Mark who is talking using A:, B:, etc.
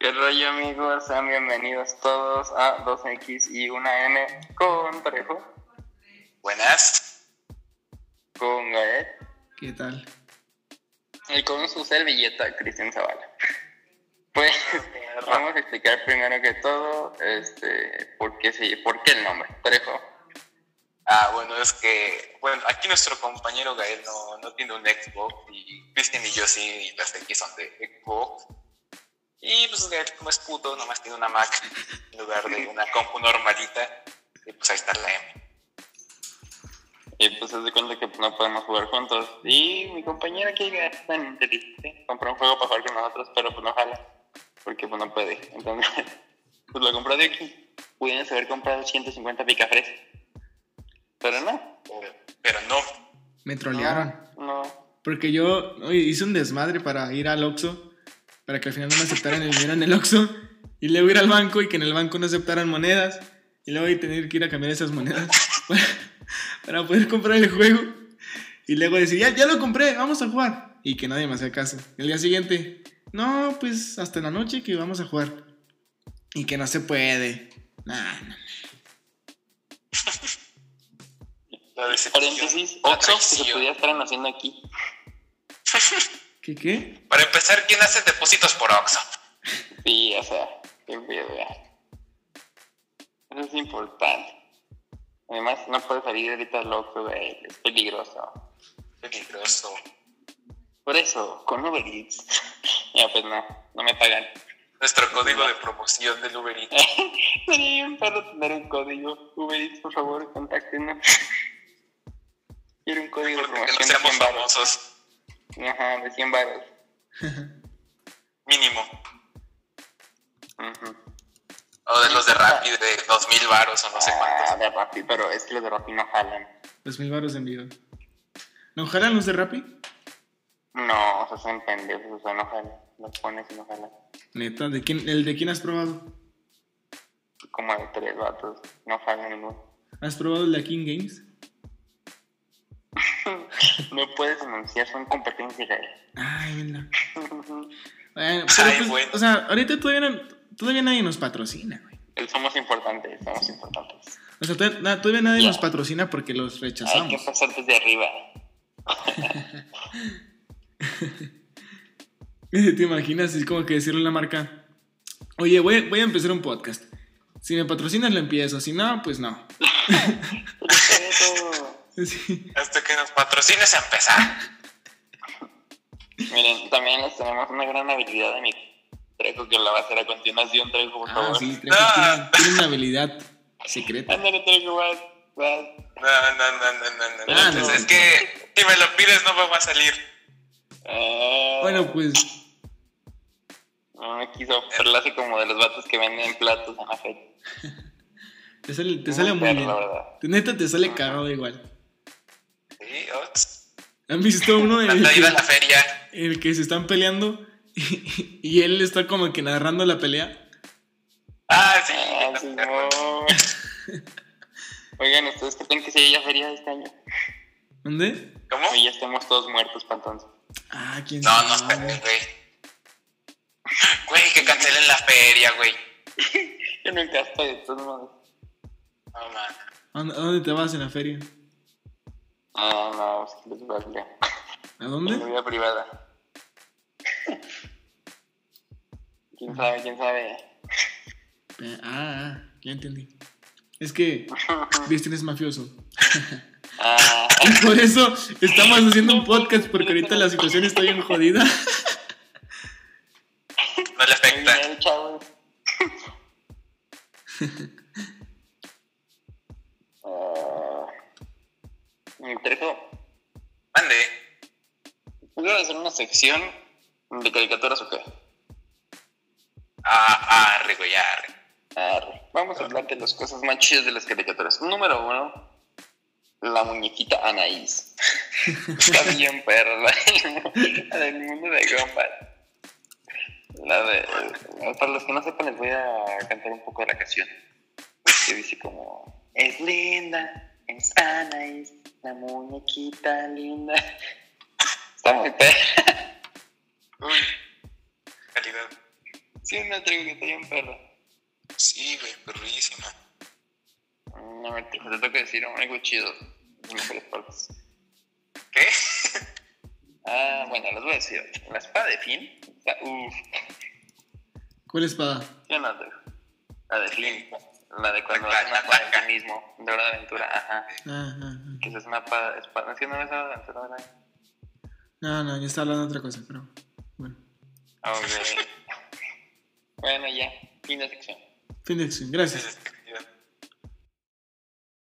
A: soy amigos, sean bienvenidos todos a 2X y una N con Parejo,
B: Buenas.
A: con Gael
C: ¿Qué tal?
A: y con su servilleta Cristian Zavala. Pues vamos a explicar primero que todo este, por, qué se- por qué el nombre, Parejo.
B: Ah, bueno, es que, bueno, aquí nuestro compañero Gael no, no tiene un Xbox y Cristian y yo sí, y las X son de Xbox. Y pues Gael, como es puto, nomás tiene una Mac en lugar de una compu normalita. Y pues ahí está la M.
A: Y pues se de cuenta que no podemos jugar juntos. Y mi compañera que ya es tan triste, compró un juego para jugar con nosotros, pero pues no jala, porque pues no puede. Entonces, pues lo compró de aquí. Pudieron haber comprado 150 picafres. Pero no,
B: Pero- Pero no,
C: Me trolearon.
A: no.
C: Porque yo oye, hice un desmadre para ir al Oxxo, para que al final no me aceptaran el dinero en el Oxxo, y luego ir al banco y que en el banco no aceptaran monedas, y luego tener que ir a cambiar esas monedas para, para poder comprar el juego, y luego decir, ya, ya lo compré, vamos a jugar, y que nadie me hacía caso. El día siguiente, no, pues hasta la noche que vamos a jugar, y que no se puede. Nah, no.
B: la decepción.
A: Paréntesis,
B: la
A: Oxxo, que se
B: traición.
A: pudiera estar haciendo aquí.
C: ¿Qué qué?
B: Para empezar, ¿quién hace depósitos por Oxxo?
A: Sí, o sea, qué pedo, ya. Eso es importante. Además, no puede salir ahorita loco, güey, es peligroso.
B: Peligroso.
A: Por eso, con Uber Eats. ya, pues no, no me pagan.
B: Nuestro código de promoción del Uber
A: Eh,
B: Eats.
A: Sería un perro tener un código. Uber Eats, por favor, contáctenos. Quiero un código de
B: Porque que no
A: promoción de
B: seamos
A: 100 baros.
B: famosos.
A: Ajá, de 100 baros.
B: Mínimo.
A: Ujú.
B: O de los de Rappi de 2000 varos o no sé
A: Ah,
B: cuántos.
A: de Rappi, pero es que los de Rappi no jalan.
C: Los mil baros en vivo. ¿No jalan los de Rappi?
A: No, o sea, son pendejos, o sea, no jalan. Los pones y no jalan.
C: Neta, ¿de quién, ¿el de quién has probado?
A: Como de tres vatos, no jalan ninguno.
C: ¿Has probado el de King Games?
A: No puedes anunciar, son competencias de él.
C: Ay, venga. Bueno, pero
B: Ay,
C: pues,
B: bueno.
C: o sea, ahorita todavía, no- todavía nadie nos patrocina, güey.
A: Somos importantes, somos importantes.
C: O sea, todavía, na- todavía nadie
A: Ya.
C: nos patrocina porque los
A: Hay que
C: rechazamos.
A: pasar desde arriba.
C: ¿Te imaginas? Es como que decirle a la marca, oye, voy, voy a empezar un podcast. Si me patrocinas, lo empiezo. Si no, pues no.
A: Pero-
C: Sí.
B: Hasta que nos patrocines a empezar.
A: Miren, también les tenemos una gran habilidad de mi Trejo que la va a hacer a continuación. Trejo, por
C: Ah,
A: favor.
C: sí, Trejo tiene,
B: Ah.
C: tiene una habilidad secreta.
A: Ándale, Trejo, vas, vas.
B: No, no, no, no, no, no.
C: Ah,
B: Entonces,
C: no.
B: Es que si me lo pides no me va a salir.
A: Ah,
C: Bueno, pues,
A: No me quiso perlarse como de los vatos que venden platos en la feria.
C: te sale, te sale muy
A: perro,
C: bien.
A: la verdad.
C: Neta, te sale cagado igual.
B: Sí, Ox.
C: ¿Han visto uno en el
B: Anda a ir a
C: que-
B: la feria.
C: en el que se están peleando y, y él está como que narrando la pelea.
B: Ah, sí.
A: Ah, Simón. Oigan, ¿ustedes qué creen que se haya feria este año?
C: ¿Dónde?
B: ¿Cómo?
A: Y ya estemos todos muertos para entonces.
C: Ah, quién
B: No,
C: sabe.
B: no está bien, güey. Güey, que cancelen la feria, güey.
A: Yo nunca estoy de todos modos.
B: No, man.
C: ¿A dónde- ¿A dónde te vas en la feria?
A: Ah, no, pues que les valga.
C: ¿A
A: En mi
C: dónde?
A: vida privada. ¿Quién sabe? ¿Quién sabe?
C: Eh, Ah, ah, ya entendí. Es que Cristian es mafioso.
A: Ah,
C: Y por eso estamos haciendo un podcast, porque ahorita la situación está bien jodida.
B: No le
A: muy
B: afecta.
A: bien, chavos. Ah, Trejo,
B: Mande.
A: ¿puedo hacer una sección de caricaturas o qué?
B: Ah, arre, güey, arre.
A: Arre. Vamos a hablar de las cosas más chidas de las caricaturas. Número uno, la muñequita Anaís. Está bien perra. La del mundo de Gumball. La de... Para los que no sepan, les voy a cantar un poco de la canción. Que dice como... Es linda, es Anaís, la muñequita linda. Está muy perra.
B: Uy. Calidad.
A: Sí, una tribu que está bien perra.
B: Sí, güey, perrísima.
A: No, me te tengo que decir algo chido. Las mejores partes.
B: ¿Qué?
A: Ah, bueno, les voy a decir. La espada de Finn. Está, uff.
C: ¿Cuál espada?
A: Yo no tengo. La de Flynn. La de cuando
B: La
A: hace una
B: blanca,
A: espada de
B: blanca.
A: sí mismo. De hora de aventura. Ajá.
C: Ah, ah, ah.
A: Que esa es una pa- espada. Es que no es hora de aventura, ¿verdad?
C: No, no, yo estaba hablando de otra cosa, pero bueno.
A: Ah, ok. bueno, ya. Fin de sección.
C: Fin de acción, gracias.
B: Este,